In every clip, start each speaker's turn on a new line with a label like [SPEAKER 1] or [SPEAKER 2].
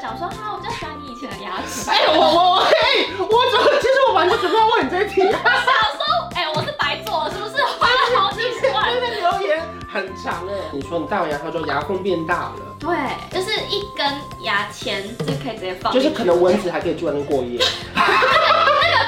[SPEAKER 1] 讲说哈，我比较喜欢你以前的牙 齿。
[SPEAKER 2] 哎、我我我嘿，我怎么？其实我完全准备要问你这一题，
[SPEAKER 1] 我想说，哎、我是白做了是不是？花了好几十万。
[SPEAKER 2] 真的留言很长哎。你说你戴完牙套之后牙缝变大了，
[SPEAKER 1] 对，就是一根牙签就可以直接放
[SPEAKER 2] 就
[SPEAKER 1] 进去，
[SPEAKER 2] 是可能蚊子还可以住在那边过夜。
[SPEAKER 1] 哦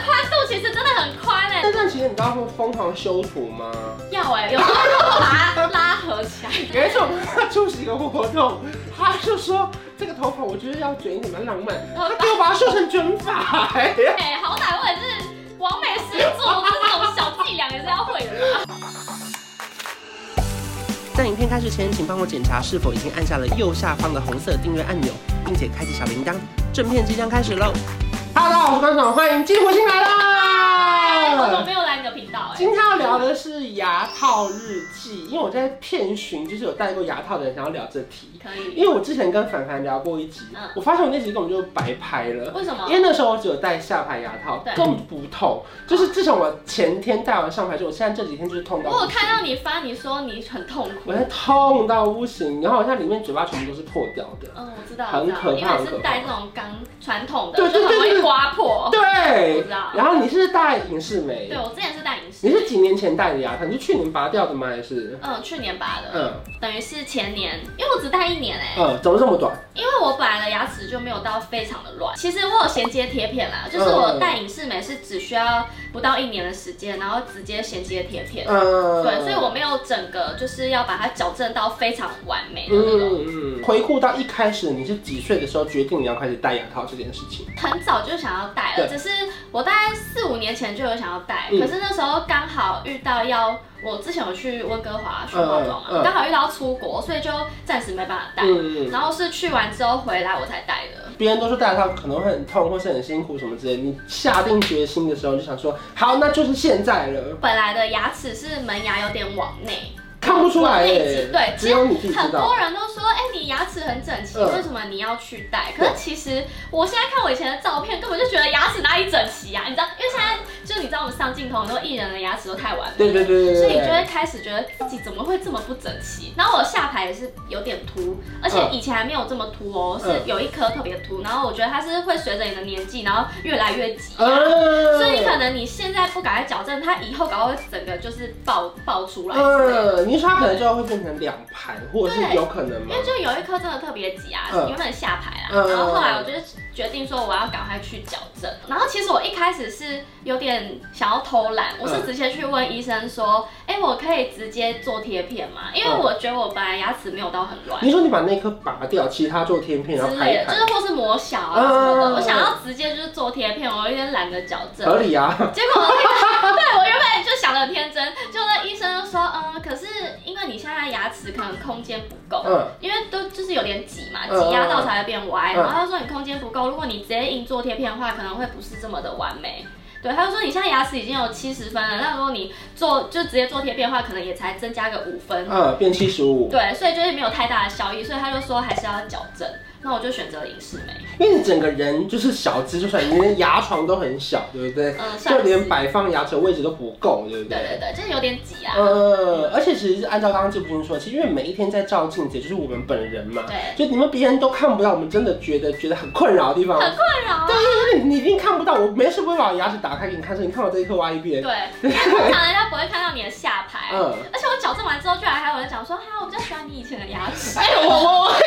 [SPEAKER 1] 宽度其实真的很宽哎、
[SPEAKER 2] 但但其实你知道说疯狂修图吗？
[SPEAKER 1] 要哎、有时候把它拉合起来。
[SPEAKER 2] 有一次我跟他出席一个活动，他就说这个头发我觉得要卷一点蛮浪漫，
[SPEAKER 1] 然后
[SPEAKER 2] 他给我把它修成卷发、哎
[SPEAKER 1] 哎、好歹我也是完美始祖，这种小伎俩也是要会的吧。
[SPEAKER 2] 在影片开始前，请帮我检查是否已经按下了右下方的红色订阅按钮，并且开启小铃铛。正片即将开始喽！Hello，大家好，我是观众，欢迎金火星来
[SPEAKER 1] 哎好久
[SPEAKER 2] 啦！
[SPEAKER 1] 没有来你的频道哎、
[SPEAKER 2] 今天要聊的是牙套日记，因为我在片寻，就是有戴过牙套的人想要聊这题，
[SPEAKER 1] 可以。
[SPEAKER 2] 因为我之前跟凡凡聊过一集
[SPEAKER 1] 嗯，
[SPEAKER 2] 我发现我那集根本就白拍了。
[SPEAKER 1] 为什么
[SPEAKER 2] 因？为那时候我只有戴下排牙套，
[SPEAKER 1] 对
[SPEAKER 2] 根本不痛。就是自从我前天戴完上排之后，我现在这几天就是痛到不
[SPEAKER 1] 我有
[SPEAKER 2] 行。
[SPEAKER 1] 看到你发，你说你很痛苦
[SPEAKER 2] 我。在痛到不行，然后好像里面嘴巴全部都是破掉的。
[SPEAKER 1] 嗯，我知道，
[SPEAKER 2] 很
[SPEAKER 1] 我知道
[SPEAKER 2] 可怕
[SPEAKER 1] 因为
[SPEAKER 2] 很
[SPEAKER 1] 你
[SPEAKER 2] 可
[SPEAKER 1] 是
[SPEAKER 2] 怕
[SPEAKER 1] 戴这种钢传统的，
[SPEAKER 2] 对对
[SPEAKER 1] 就很
[SPEAKER 2] 对对
[SPEAKER 1] 容易刮破。我
[SPEAKER 2] 对
[SPEAKER 1] 知，道。
[SPEAKER 2] 然后你是戴影视美
[SPEAKER 1] 对，，我之前是戴隐
[SPEAKER 2] 你
[SPEAKER 1] 形。
[SPEAKER 2] 是几年前戴的牙套？你是去年拔掉的吗？还是？
[SPEAKER 1] 嗯，去年拔的，
[SPEAKER 2] 嗯
[SPEAKER 1] 等于是前年，因为我只戴一年哎、
[SPEAKER 2] 嗯，怎么这么短？
[SPEAKER 1] 因为我本来的牙齿就没有到非常的乱。其实我有衔接贴片啦，就是
[SPEAKER 2] 嗯
[SPEAKER 1] 我戴隐适美是只需要不到一年的时间，然后直接衔接贴片。
[SPEAKER 2] 嗯，
[SPEAKER 1] 对，所以我没有整个就是要把它矫正到非常完美的那种。
[SPEAKER 2] 嗯嗯，回顾到一开始你是几岁的时候决定你要开始戴牙套这件事情？
[SPEAKER 1] 很早就想要戴了，只是我大概四五年前就有想要戴，
[SPEAKER 2] 嗯
[SPEAKER 1] 可是那时候刚好遇到要我之前有去温哥华学化妆嘛
[SPEAKER 2] 嗯嗯，
[SPEAKER 1] 刚好遇到出国，所以就暂时没办法戴。
[SPEAKER 2] 嗯，
[SPEAKER 1] 然后是去完之后回来我才戴的。
[SPEAKER 2] 别人都说戴牙套可能会很痛，或是很辛苦什么之类的。你下定决心的时候就想说，好，那就是现在了，
[SPEAKER 1] 本来的牙齿是门牙有点往内，
[SPEAKER 2] 看不出来
[SPEAKER 1] 往内
[SPEAKER 2] 耶
[SPEAKER 1] 挤，对，其
[SPEAKER 2] 只
[SPEAKER 1] 实
[SPEAKER 2] 有你自己嗯知
[SPEAKER 1] 很
[SPEAKER 2] 道
[SPEAKER 1] 多。人都说，哎、你牙齿很整齐，
[SPEAKER 2] 嗯
[SPEAKER 1] 为什么你要去戴？可是其实我现在看我以前的照片，根本就觉得牙齿哪里整齐啊呀、你知道，因为现在就你知道我们上镜头很多艺人的牙齿都太完美
[SPEAKER 2] 对
[SPEAKER 1] 了。
[SPEAKER 2] 对对对对，
[SPEAKER 1] 所以你
[SPEAKER 2] 对
[SPEAKER 1] 就会开始觉得自己怎么会这么不整齐？然后我下排也是有点凸，而且
[SPEAKER 2] 嗯
[SPEAKER 1] 以前还没有这么凸哦，
[SPEAKER 2] 嗯
[SPEAKER 1] 是有一颗特别凸。然后我觉得它是会随着你的年纪，然后越来越挤啊、
[SPEAKER 2] 嗯
[SPEAKER 1] 所以你可能你现在不赶快矫正，它以后搞会整个就是爆爆出来之类的。
[SPEAKER 2] 嗯，你说它可能就会变成两盘，或者是
[SPEAKER 1] 对
[SPEAKER 2] 有可能
[SPEAKER 1] 因
[SPEAKER 2] 吗
[SPEAKER 1] 为？就有一颗真的特别挤啊，
[SPEAKER 2] 嗯
[SPEAKER 1] 原本下排啦，
[SPEAKER 2] 嗯
[SPEAKER 1] 然后后来我就决定说我要赶快去矫正。然后其实我一开始是有点想要偷懒，我是
[SPEAKER 2] 嗯
[SPEAKER 1] 直接去问医生说，哎，我可以直接做贴片吗？因为
[SPEAKER 2] 嗯
[SPEAKER 1] 我觉得我本来牙齿没有到很乱。
[SPEAKER 2] 你说你把那颗拔掉，其他做贴片，然后
[SPEAKER 1] 之类
[SPEAKER 2] 排
[SPEAKER 1] 的，就
[SPEAKER 2] 开，
[SPEAKER 1] 是或是磨小啊什么的，
[SPEAKER 2] 嗯
[SPEAKER 1] 我想要直接就是做贴片，我有点懒得矫正。
[SPEAKER 2] 合理啊。
[SPEAKER 1] 结果那个， 对我原本就想的很天真，就那医生就说，嗯，可是因为你现在牙齿可能空间不够，
[SPEAKER 2] 嗯，
[SPEAKER 1] 因为都就是有点挤嘛，
[SPEAKER 2] 嗯
[SPEAKER 1] 挤压到才会变歪。
[SPEAKER 2] 嗯
[SPEAKER 1] 然后他说你空间不够，如果你直接硬做贴片的话，可能会不是这么的完美。对，他就说你现在牙齿已经有七十分了，那如果你做就直接做贴片的话，可能也才增加个五分。
[SPEAKER 2] 嗯，变七十五，
[SPEAKER 1] 对，所以就是没有太大的效益，所以他就说还是要矫正。那我就选择了隐适美，
[SPEAKER 2] 因为你整个人就是小只，就算你连牙床都很小，对不对？
[SPEAKER 1] 嗯，算
[SPEAKER 2] 就是连摆放牙齿的位置都不够，对不
[SPEAKER 1] 对对对，就是有点挤啊。
[SPEAKER 2] 呃，而且其实是按照刚刚志平说，其实因为每一天在照镜子，就是我们本人嘛，
[SPEAKER 1] 对，
[SPEAKER 2] 就你们别人都看不到，我们真的觉得觉得很困扰的 地方。
[SPEAKER 1] 很困扰啊。
[SPEAKER 2] 但是你一定看不到，我没事不会把我牙齿打开给你看，说你看我这一颗挖一遍。
[SPEAKER 1] 对，因为通常人家不会看到你的下排，
[SPEAKER 2] 嗯
[SPEAKER 1] 而且我矫正完之后，居然还有人讲说，哈，我比较喜欢你以前的牙齿。
[SPEAKER 2] 哎，我我我，嘿，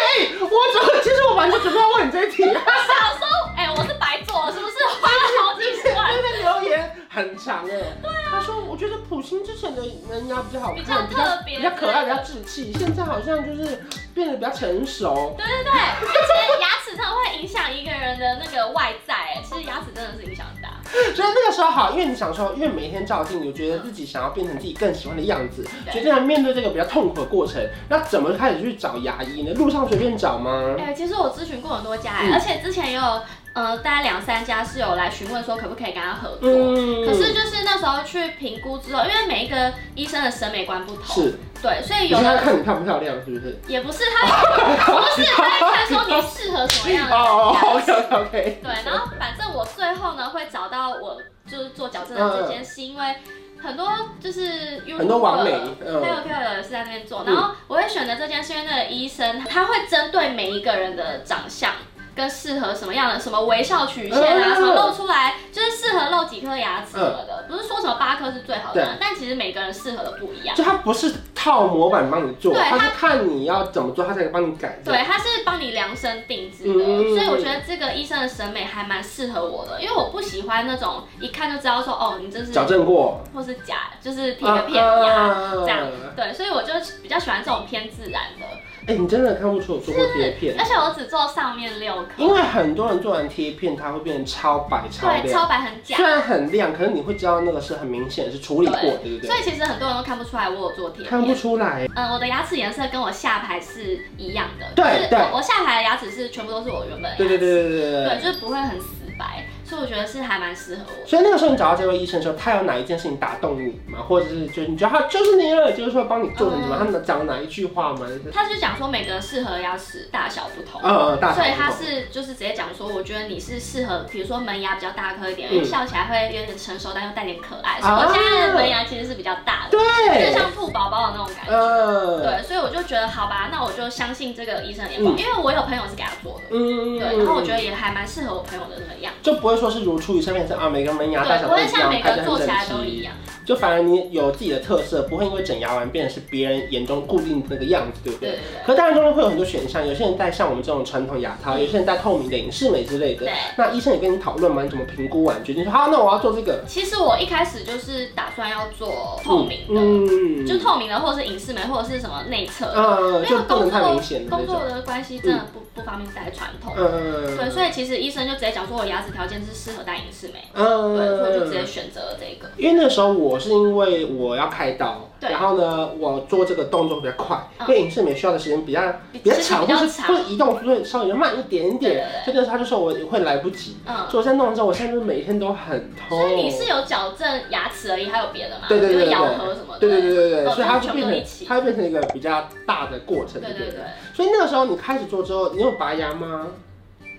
[SPEAKER 2] 我怎么？其实我完全准备要问你这一题，啊因
[SPEAKER 1] 我想说，哎、我是白做了，是不是花了好几十万？
[SPEAKER 2] 为那留言很长哎。对啊。他说，我觉得普星之前的门牙比较好
[SPEAKER 1] 比较
[SPEAKER 2] 看，
[SPEAKER 1] 特别
[SPEAKER 2] 比较可爱，比较稚气，现在好像就是变得比较成熟。
[SPEAKER 1] 对对对，而且牙齿真的会影响一个人的那个外在，哎，其实牙齿真的是影响很大。
[SPEAKER 2] 所以那个时候好，因为你想说，因为每天照镜，你觉得自己想要变成自己更喜欢的样子，
[SPEAKER 1] 对
[SPEAKER 2] 决定来面对这个比较痛苦的过程。那怎么开始去找牙医呢？路上随便找吗？
[SPEAKER 1] 哎、其实我咨询过很多家、哎
[SPEAKER 2] 嗯
[SPEAKER 1] 而且之前也有，呃，大概两三家是有来询问说可不可以跟他合作。
[SPEAKER 2] 嗯，
[SPEAKER 1] 可是就是那时候去评估之后，因为每一个医生的审美观不同，
[SPEAKER 2] 是，
[SPEAKER 1] 对，所以
[SPEAKER 2] 你
[SPEAKER 1] 有
[SPEAKER 2] 是他
[SPEAKER 1] 的
[SPEAKER 2] 看你漂不漂亮，是不是？
[SPEAKER 1] 也不是他，不是他会看说你适合什么样的
[SPEAKER 2] 哦
[SPEAKER 1] 牙齿
[SPEAKER 2] ，OK OK，
[SPEAKER 1] 对，然后反正我最后呢会找到我就是做矫正的这件事，因为很多就是
[SPEAKER 2] 嗯很多网美
[SPEAKER 1] YouTuber，
[SPEAKER 2] 嗯
[SPEAKER 1] 还有 KOL 也是在那边做，
[SPEAKER 2] 嗯
[SPEAKER 1] 然后我会选择这件事，因为那个医生他会针对每一个人的长相。跟适合什么样的什么微笑曲线啊，
[SPEAKER 2] 嗯
[SPEAKER 1] 什么露出来就是适合露几颗牙齿什么的，不是说什么八颗是最好的
[SPEAKER 2] 对
[SPEAKER 1] 嘛，但其实每个人适合的不一样。
[SPEAKER 2] 就他不是套模板帮你做，
[SPEAKER 1] 对
[SPEAKER 2] 他
[SPEAKER 1] 他
[SPEAKER 2] 是看你要怎么做，他才帮你改。
[SPEAKER 1] 对，它是帮你量身定制的，
[SPEAKER 2] 嗯
[SPEAKER 1] 所以我觉得这个医生的审美还蛮适合我的，因为我不喜欢那种一看就知道说哦，你这是
[SPEAKER 2] 矫正过，
[SPEAKER 1] 或是假，就是贴个片牙、这样
[SPEAKER 2] 啊。
[SPEAKER 1] 对，所以我就比较喜欢这种偏自然的，
[SPEAKER 2] 哎、你真的看不出我做过贴片，
[SPEAKER 1] 而且我只做上面六
[SPEAKER 2] 因
[SPEAKER 1] 颗，
[SPEAKER 2] 为很多人做完贴片，它会变成超白超
[SPEAKER 1] 对，
[SPEAKER 2] 亮，
[SPEAKER 1] 超白很假
[SPEAKER 2] 虽，然很亮，可是你会知道那个是很明显是处理过的，对不
[SPEAKER 1] 所
[SPEAKER 2] 对？
[SPEAKER 1] 以其实很多人都看不出来我有做贴
[SPEAKER 2] 看不
[SPEAKER 1] 片。
[SPEAKER 2] 出来，
[SPEAKER 1] 嗯，我的牙齿颜色跟我下排是一样的，
[SPEAKER 2] 对
[SPEAKER 1] 就是
[SPEAKER 2] 对
[SPEAKER 1] 我我下排的牙齿是全部都是我原本的牙齿，
[SPEAKER 2] 对对对对对对
[SPEAKER 1] 对，就是不会很死白，所以我觉得是还蛮适合我的。
[SPEAKER 2] 所以那个时候你找到这位医生的时候，他有哪一件事情打动你吗？或者是就是你觉得他就是你了，就是说帮你做的吗？
[SPEAKER 1] 嗯
[SPEAKER 2] 他讲了哪一句话吗？
[SPEAKER 1] 他是讲说每个人适合的牙齿大小不同，
[SPEAKER 2] 呃呃，大
[SPEAKER 1] 哦
[SPEAKER 2] 小
[SPEAKER 1] 所以
[SPEAKER 2] 不
[SPEAKER 1] 他
[SPEAKER 2] 同
[SPEAKER 1] 是就是直接讲说，我觉得你是适合，比如说门牙比较大颗一点，因为
[SPEAKER 2] 嗯
[SPEAKER 1] 笑起来会有点成熟，但又带点可爱。所以
[SPEAKER 2] 啊
[SPEAKER 1] 我现在的门牙其实是比较大的，就
[SPEAKER 2] 对，
[SPEAKER 1] 像兔宝宝的那种感觉。
[SPEAKER 2] 呃，
[SPEAKER 1] 对，所以我就觉得好吧，那我就相信这个医生的眼光，因为我有朋友是给他做的，
[SPEAKER 2] 嗯嗯，嗯
[SPEAKER 1] 对，然后我觉得也还蛮适合我朋友的那个样子，
[SPEAKER 2] 就不会说是如出一辙，变成啊每个人门牙
[SPEAKER 1] 对，
[SPEAKER 2] 大小
[SPEAKER 1] 不
[SPEAKER 2] 都一
[SPEAKER 1] 会像
[SPEAKER 2] 样，
[SPEAKER 1] 每
[SPEAKER 2] 看
[SPEAKER 1] 个
[SPEAKER 2] 起
[SPEAKER 1] 人
[SPEAKER 2] 来很
[SPEAKER 1] 做起
[SPEAKER 2] 整
[SPEAKER 1] 来都一
[SPEAKER 2] 齐。
[SPEAKER 1] 样。
[SPEAKER 2] 就反而你有自己的特色，不会因为整牙完变成是别人眼中固定的那个样子，对不
[SPEAKER 1] 对
[SPEAKER 2] 对？
[SPEAKER 1] 对对
[SPEAKER 2] 可当然中间会有很多选项，有些人戴像我们这种传统牙套，有些人戴透明的隐适美之类的
[SPEAKER 1] 对。
[SPEAKER 2] 那医生也跟你讨论吗？你怎么评估完决定说好，那我要做这个？
[SPEAKER 1] 其实我一开始就是打算要做透明的，
[SPEAKER 2] 嗯
[SPEAKER 1] 就透明的，或者是隐适美，或者是什么内侧的。
[SPEAKER 2] 呃，
[SPEAKER 1] 因
[SPEAKER 2] 就
[SPEAKER 1] 为
[SPEAKER 2] 不能
[SPEAKER 1] 工
[SPEAKER 2] 太
[SPEAKER 1] 作
[SPEAKER 2] 明显的那
[SPEAKER 1] 工
[SPEAKER 2] 种。
[SPEAKER 1] 作的关系真的不、不方便戴传统。
[SPEAKER 2] 嗯
[SPEAKER 1] 对，所以其实医生就直接讲说，我牙齿条件是适合戴隐适美，对，所以我就直接
[SPEAKER 2] 嗯，
[SPEAKER 1] 选择了这个。
[SPEAKER 2] 因为那时候我是因为我要开刀，
[SPEAKER 1] 对
[SPEAKER 2] 然后呢，我做这个动作比较快，
[SPEAKER 1] 嗯
[SPEAKER 2] 因为影视美需要的时间比较
[SPEAKER 1] 比
[SPEAKER 2] 比较
[SPEAKER 1] 其实
[SPEAKER 2] 长，
[SPEAKER 1] 比较
[SPEAKER 2] 或是
[SPEAKER 1] 长
[SPEAKER 2] 或是移动速度稍微慢一点点，
[SPEAKER 1] 对
[SPEAKER 2] 所以那时候他就说我会来不及，
[SPEAKER 1] 嗯，
[SPEAKER 2] 所以我在弄的时候，我现在就是每天都很痛。
[SPEAKER 1] 所以你是有矫正牙齿而已，还有别的吗？
[SPEAKER 2] 对对对
[SPEAKER 1] 就
[SPEAKER 2] 对
[SPEAKER 1] 是咬合什么的。
[SPEAKER 2] 对对对对对，
[SPEAKER 1] 哦
[SPEAKER 2] 所以它
[SPEAKER 1] 就是
[SPEAKER 2] 就
[SPEAKER 1] 全部
[SPEAKER 2] 变
[SPEAKER 1] 一
[SPEAKER 2] 成
[SPEAKER 1] 起
[SPEAKER 2] 它会变成一个比较大的过程，
[SPEAKER 1] 对
[SPEAKER 2] 不
[SPEAKER 1] 对对。
[SPEAKER 2] 所以那个时候你开始做之后，你有拔牙吗？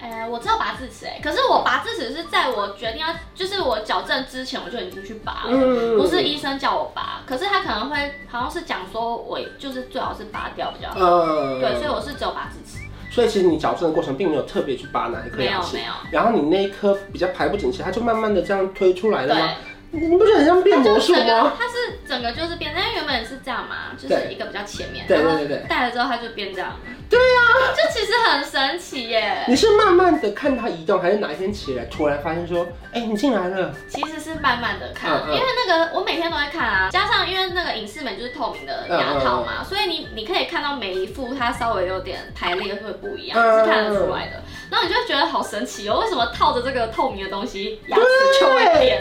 [SPEAKER 1] 哎、我知道拔智齿，哎，可是我拔智齿是在我决定要，就是我矫正之前我就已经去拔了。
[SPEAKER 2] 嗯
[SPEAKER 1] 啊不是医生叫我拔，可是他可能会好像是讲说，我就是最好是拔掉比较好。
[SPEAKER 2] 呃
[SPEAKER 1] 对，所以我是只有拔智齿，
[SPEAKER 2] 所以其实你矫正的过程并没有特别去拔哪一颗
[SPEAKER 1] 没
[SPEAKER 2] 牙
[SPEAKER 1] 有
[SPEAKER 2] 齿，
[SPEAKER 1] 没有。
[SPEAKER 2] 然后你那一颗比较排不整齐，它就慢慢的这样推出来了
[SPEAKER 1] 对
[SPEAKER 2] 吗？，你你不觉得很像变魔术
[SPEAKER 1] 它就整
[SPEAKER 2] 吗？
[SPEAKER 1] 个？它是整个就是变，因为原本是这样嘛，就
[SPEAKER 2] 对
[SPEAKER 1] 是一个比较前面，
[SPEAKER 2] 对
[SPEAKER 1] 然
[SPEAKER 2] 对
[SPEAKER 1] 后
[SPEAKER 2] 对对，
[SPEAKER 1] 戴了之后它就变这样。对啊，就其实很神奇耶，
[SPEAKER 2] 你是慢慢的看它移动，还是哪一天起来突然发现说，哎、你进来了？
[SPEAKER 1] 其实是慢慢的看，
[SPEAKER 2] 嗯嗯
[SPEAKER 1] 因为那个我每天都会看啊，加上因为那个影视美就是透明的牙套
[SPEAKER 2] 嗯
[SPEAKER 1] 嘛，所以你你可以看到每一副它稍微有点排列会不一样，
[SPEAKER 2] 嗯
[SPEAKER 1] 是看得出来的。然后你就会觉得好神奇哦，为什么套着这个透明的东西牙齿就会变？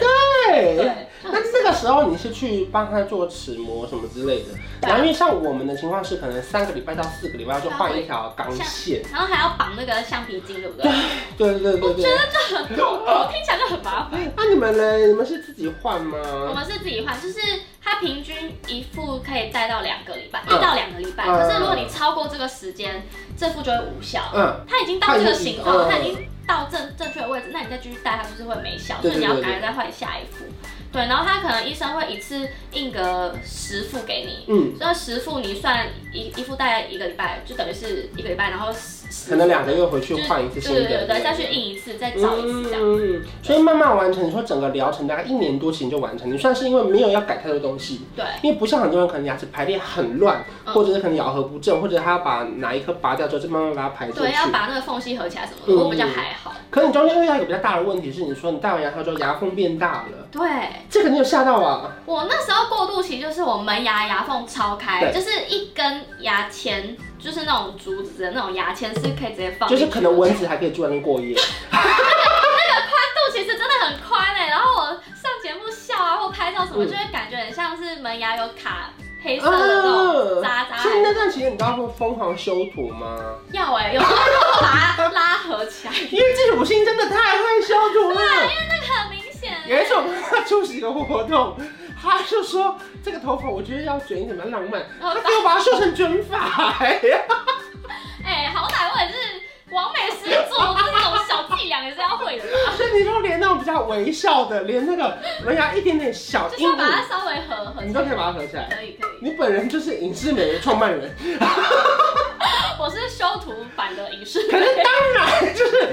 [SPEAKER 1] 对，
[SPEAKER 2] 对。
[SPEAKER 1] 就
[SPEAKER 2] 那
[SPEAKER 1] 很
[SPEAKER 2] 那个时候你是去帮他做齿模什么之类的，
[SPEAKER 1] 对
[SPEAKER 2] 然后因为像我们的情况是，可能三个礼拜到四个礼拜就换一条钢线，
[SPEAKER 1] 然后还要绑那个橡皮筋，对不对？
[SPEAKER 2] 对对对
[SPEAKER 1] 我觉
[SPEAKER 2] 对对。
[SPEAKER 1] 得这很 痛苦，听起来就很麻烦。
[SPEAKER 2] 那、你们呢？你们是自己换
[SPEAKER 1] 我
[SPEAKER 2] 吗？
[SPEAKER 1] 们是自己换，就是它平均一副可以戴到两个礼拜，
[SPEAKER 2] 嗯
[SPEAKER 1] 一到两个礼拜。
[SPEAKER 2] 嗯
[SPEAKER 1] 可是如果你超过这个时间，这副就会无效。
[SPEAKER 2] 嗯，
[SPEAKER 1] 它已经到这个形状，
[SPEAKER 2] 它
[SPEAKER 1] 它
[SPEAKER 2] 已
[SPEAKER 1] 已
[SPEAKER 2] 经
[SPEAKER 1] 经到正正确的位置，那你再继续戴，它就是会没效，
[SPEAKER 2] 对
[SPEAKER 1] 所
[SPEAKER 2] 对
[SPEAKER 1] 以你要赶快再换下一副。对，然后它可能医生会一次印个十副给你。
[SPEAKER 2] 嗯，
[SPEAKER 1] 所以十副你算一一副戴一个礼拜，就等于是一个礼拜，然后十十
[SPEAKER 2] 可能两个月回去
[SPEAKER 1] 就是
[SPEAKER 2] 换一次
[SPEAKER 1] 对
[SPEAKER 2] 新
[SPEAKER 1] 对
[SPEAKER 2] 的，
[SPEAKER 1] 对对，再去印一次，再照一次这样。
[SPEAKER 2] 嗯，所以慢慢完成，你说整个疗程大概一年多前就完成，你算是因为没有要改太多东西，
[SPEAKER 1] 对，
[SPEAKER 2] 因为不像很多人可能牙齿排列很乱，
[SPEAKER 1] 嗯
[SPEAKER 2] 或者是可能咬合不正，或者他要把哪一颗拔掉之后，再慢慢把它排出去
[SPEAKER 1] 对，。要把那个缝隙合起来什么的，
[SPEAKER 2] 嗯
[SPEAKER 1] 我比较还好。
[SPEAKER 2] 可能你中间遇到一个比较大的问题是，你说你戴完牙套之后牙缝变大了，
[SPEAKER 1] 对，
[SPEAKER 2] 这肯定有吓到啊。
[SPEAKER 1] 我那时候过渡期就是我门牙牙缝超开，
[SPEAKER 2] 对
[SPEAKER 1] 就是一根牙签，就是那种竹子的那种牙签是可以直接放
[SPEAKER 2] 就
[SPEAKER 1] 进去
[SPEAKER 2] 是
[SPEAKER 1] 的，
[SPEAKER 2] 可能蚊子还可以住在那过夜，
[SPEAKER 1] 宽度其实真的很宽嘞、然后我上节目笑啊或拍照什么，
[SPEAKER 2] 嗯
[SPEAKER 1] 就会感觉很像是门牙有卡黑色的那种
[SPEAKER 2] 嗯，
[SPEAKER 1] 渣渣，
[SPEAKER 2] 所以那段时间你知道会疯狂修图吗？
[SPEAKER 1] 要哎、有时 候把它拉合起来，
[SPEAKER 2] 因为这种星真的太会修图了。
[SPEAKER 1] 很明显、
[SPEAKER 2] 嗯有一次我跟他出席一个活动，他就说这个头发我觉得要卷一点比较浪漫，
[SPEAKER 1] 然后我
[SPEAKER 2] 他给我把它修成卷发、哎
[SPEAKER 1] 哎、好歹我也是王美师做这种小伎俩也是要会的吧，
[SPEAKER 2] 所以你说连那种比较微笑的，连那个门牙一点点小
[SPEAKER 1] 就是
[SPEAKER 2] 阴
[SPEAKER 1] 要
[SPEAKER 2] 影
[SPEAKER 1] 把，它稍微合合
[SPEAKER 2] 你
[SPEAKER 1] 起
[SPEAKER 2] 都
[SPEAKER 1] 来，
[SPEAKER 2] 可以把它合起来。
[SPEAKER 1] 可以可以。
[SPEAKER 2] 你本人就是影视美的创 办人，
[SPEAKER 1] 我是修图版的影视，
[SPEAKER 2] 可是当然就是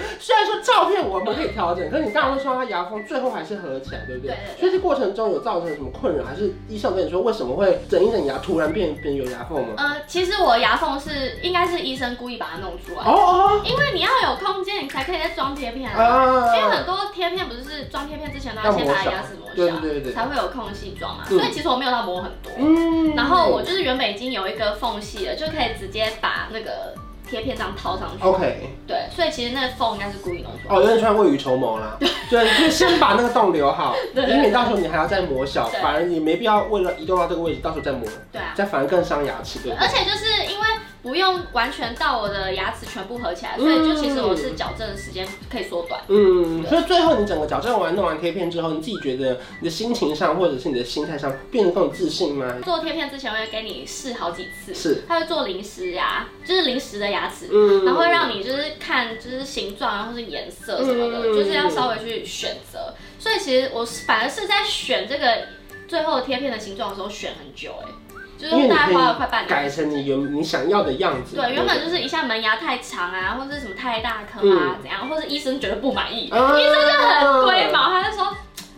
[SPEAKER 2] 我们可以调整。可是你刚刚说它牙缝最后还是合起来，对不对？
[SPEAKER 1] 对对对
[SPEAKER 2] 所以这过程中有造成什么困扰，还是医生跟你说为什么会整一整牙突然变变有牙缝吗？
[SPEAKER 1] 呃，其实我牙缝是应该是医生故意把它弄出来，
[SPEAKER 2] 哦
[SPEAKER 1] 因为你要有空间，你才可以再装贴片
[SPEAKER 2] 哦
[SPEAKER 1] 啊。因为
[SPEAKER 2] 啊！
[SPEAKER 1] 很多贴片不是装贴片之前都
[SPEAKER 2] 要
[SPEAKER 1] 要先
[SPEAKER 2] 磨
[SPEAKER 1] 把
[SPEAKER 2] 小
[SPEAKER 1] 牙齿磨
[SPEAKER 2] 对
[SPEAKER 1] 小
[SPEAKER 2] 对，对对对，
[SPEAKER 1] 才会有空隙装嘛。
[SPEAKER 2] 嗯
[SPEAKER 1] 所以其实我没有到磨很多，
[SPEAKER 2] 嗯
[SPEAKER 1] 然后我就是原本已经有一个缝隙了，就可以直接把那个贴片这样套上去。
[SPEAKER 2] OK，
[SPEAKER 1] 对，所以其实那个缝应该是故意弄出来
[SPEAKER 2] 哦哦，有点算未雨绸缪啦。对，就先把那个洞留好，以
[SPEAKER 1] 对对
[SPEAKER 2] 免到时候你还要再磨小，
[SPEAKER 1] 对
[SPEAKER 2] 反而你没必要为了移动到这个位置，到时候再磨，
[SPEAKER 1] 的。对啊。
[SPEAKER 2] 这样反而更伤牙齿，对不对
[SPEAKER 1] 而？且就是因为不用完全到我的牙齿全部合起来，所以就其实我是矫正的时间可以缩短。
[SPEAKER 2] 嗯，
[SPEAKER 1] 对
[SPEAKER 2] 所以最后你整个矫正完、弄完贴片之后，你自己觉得你的心情上或者是你的心态上变得更有自信吗？
[SPEAKER 1] 做贴片之前会给你试好几次，
[SPEAKER 2] 是，
[SPEAKER 1] 他会做临时牙，就是临时的牙齿，
[SPEAKER 2] 嗯
[SPEAKER 1] 然后会让你就是看就是形状，啊然后是颜色什么的，
[SPEAKER 2] 嗯
[SPEAKER 1] 就是要稍微去选择。所以其实我是反而是在选这个最后贴片的形状的时候选很久、哎，就是大概花了快半年。
[SPEAKER 2] 改成你原你想要的样子。
[SPEAKER 1] 对，原本
[SPEAKER 2] 不
[SPEAKER 1] 就是一下门牙太长啊，或者是什么太大颗啊，
[SPEAKER 2] 嗯
[SPEAKER 1] 怎样，或者医生觉得不满意，
[SPEAKER 2] 啊
[SPEAKER 1] 医生就很龟毛，他就说，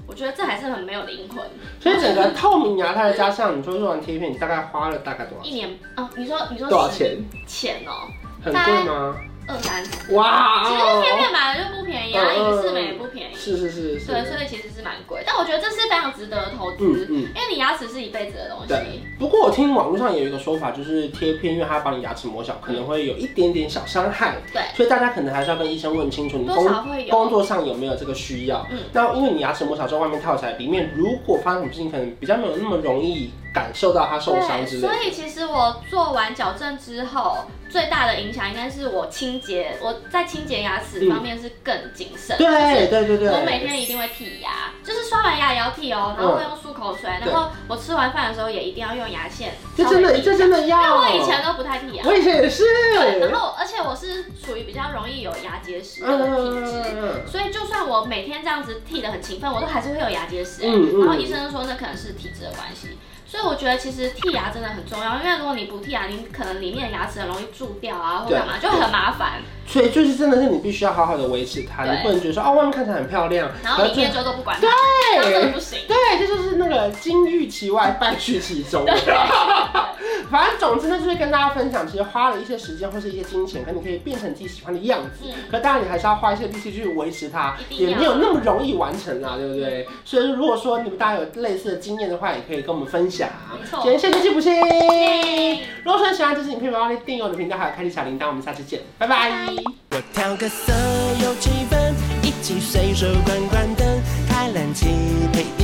[SPEAKER 1] 我觉得这还是很没有灵魂。
[SPEAKER 2] 所以整个透明牙套加上你说做完贴片，你大概花了大概多少？
[SPEAKER 1] 一年啊，你说你说
[SPEAKER 2] 多少？钱？
[SPEAKER 1] 钱哦，
[SPEAKER 2] 很贵吗？
[SPEAKER 1] 二三十。
[SPEAKER 2] 哇
[SPEAKER 1] 其实
[SPEAKER 2] 哦
[SPEAKER 1] 片片买了就不便宜啊，
[SPEAKER 2] 嗯嗯
[SPEAKER 1] 影视美也不便宜，啊
[SPEAKER 2] 是是是是。
[SPEAKER 1] 对，所以其实是蛮贵，但我觉得这是非常值得投资，
[SPEAKER 2] 嗯嗯。
[SPEAKER 1] 因为你牙齿是一辈子的东
[SPEAKER 2] 对
[SPEAKER 1] 西。
[SPEAKER 2] 不过我听网络上有一个说法，就是贴片，因为它把你牙齿磨小，可能会有一点点小伤害。
[SPEAKER 1] 对，
[SPEAKER 2] 所以大家可能还是要跟医生问清楚，你
[SPEAKER 1] 多
[SPEAKER 2] 工
[SPEAKER 1] 少会有
[SPEAKER 2] 工作上有没有这个需要。
[SPEAKER 1] 嗯
[SPEAKER 2] 那因为你牙齿磨小之后，外面套起来，里面如果发生什么事情，可能比较没有那么容易感受到它受伤之
[SPEAKER 1] 对，
[SPEAKER 2] 类的
[SPEAKER 1] 所。以其实我做完矫正之后，最大的影响应该是我清洁，我在清洁牙齿方面是更谨慎。
[SPEAKER 2] 嗯对对对
[SPEAKER 1] 就
[SPEAKER 2] 对，嗯
[SPEAKER 1] 是我每天一定会剔牙，就是刷完牙也要剔哦，然后会用漱口水，然后我吃完饭的时候也一定要用牙线。
[SPEAKER 2] 这真的这真的
[SPEAKER 1] 因
[SPEAKER 2] 要。
[SPEAKER 1] 为我以前都不太剔牙。
[SPEAKER 2] 我以前也是。
[SPEAKER 1] 对，然后而且我是属于比较容易有牙结石
[SPEAKER 2] 嗯
[SPEAKER 1] 的体质，所以就算我每天这样子剃得很勤奋，我都还是会有牙结石、欸。
[SPEAKER 2] 嗯嗯
[SPEAKER 1] 然后医生就说那可能是体质的关系，所以我觉得其实剔牙真的很重要，因为如果你不剔牙，你可能里面的牙齿很容易蛀掉啊，或
[SPEAKER 2] 对
[SPEAKER 1] 干嘛，就很麻烦，
[SPEAKER 2] 所以就是真的是你必须要好好的维持它，
[SPEAKER 1] 对
[SPEAKER 2] 你不能觉得说哦外面看起来很漂亮，
[SPEAKER 1] 然后里面
[SPEAKER 2] 就
[SPEAKER 1] 就都不管它，这样真的不行。
[SPEAKER 2] 对，这就是那个金玉其外，败絮其 中。 反正总之呢，就是跟大家分享，其实花了一些时间或是一些金钱，可你可以变成自己喜欢的样子。
[SPEAKER 1] 嗯
[SPEAKER 2] 可当然，你还是要花一些力气去维持它，
[SPEAKER 1] 一定
[SPEAKER 2] 也
[SPEAKER 1] 要
[SPEAKER 2] 没有那么容易完成啊，对不对？所以如果说你们大家有类似的经验的话，也可以跟我们分享。啊
[SPEAKER 1] 没错
[SPEAKER 2] 今天谢谢季不信。
[SPEAKER 1] 耶
[SPEAKER 2] 如果说你喜欢这支影片，不要忘记订阅我的频道，还有开启小铃铛。我们下期见，拜拜
[SPEAKER 3] 我调个色有气氛，一起随手关关灯，开冷气配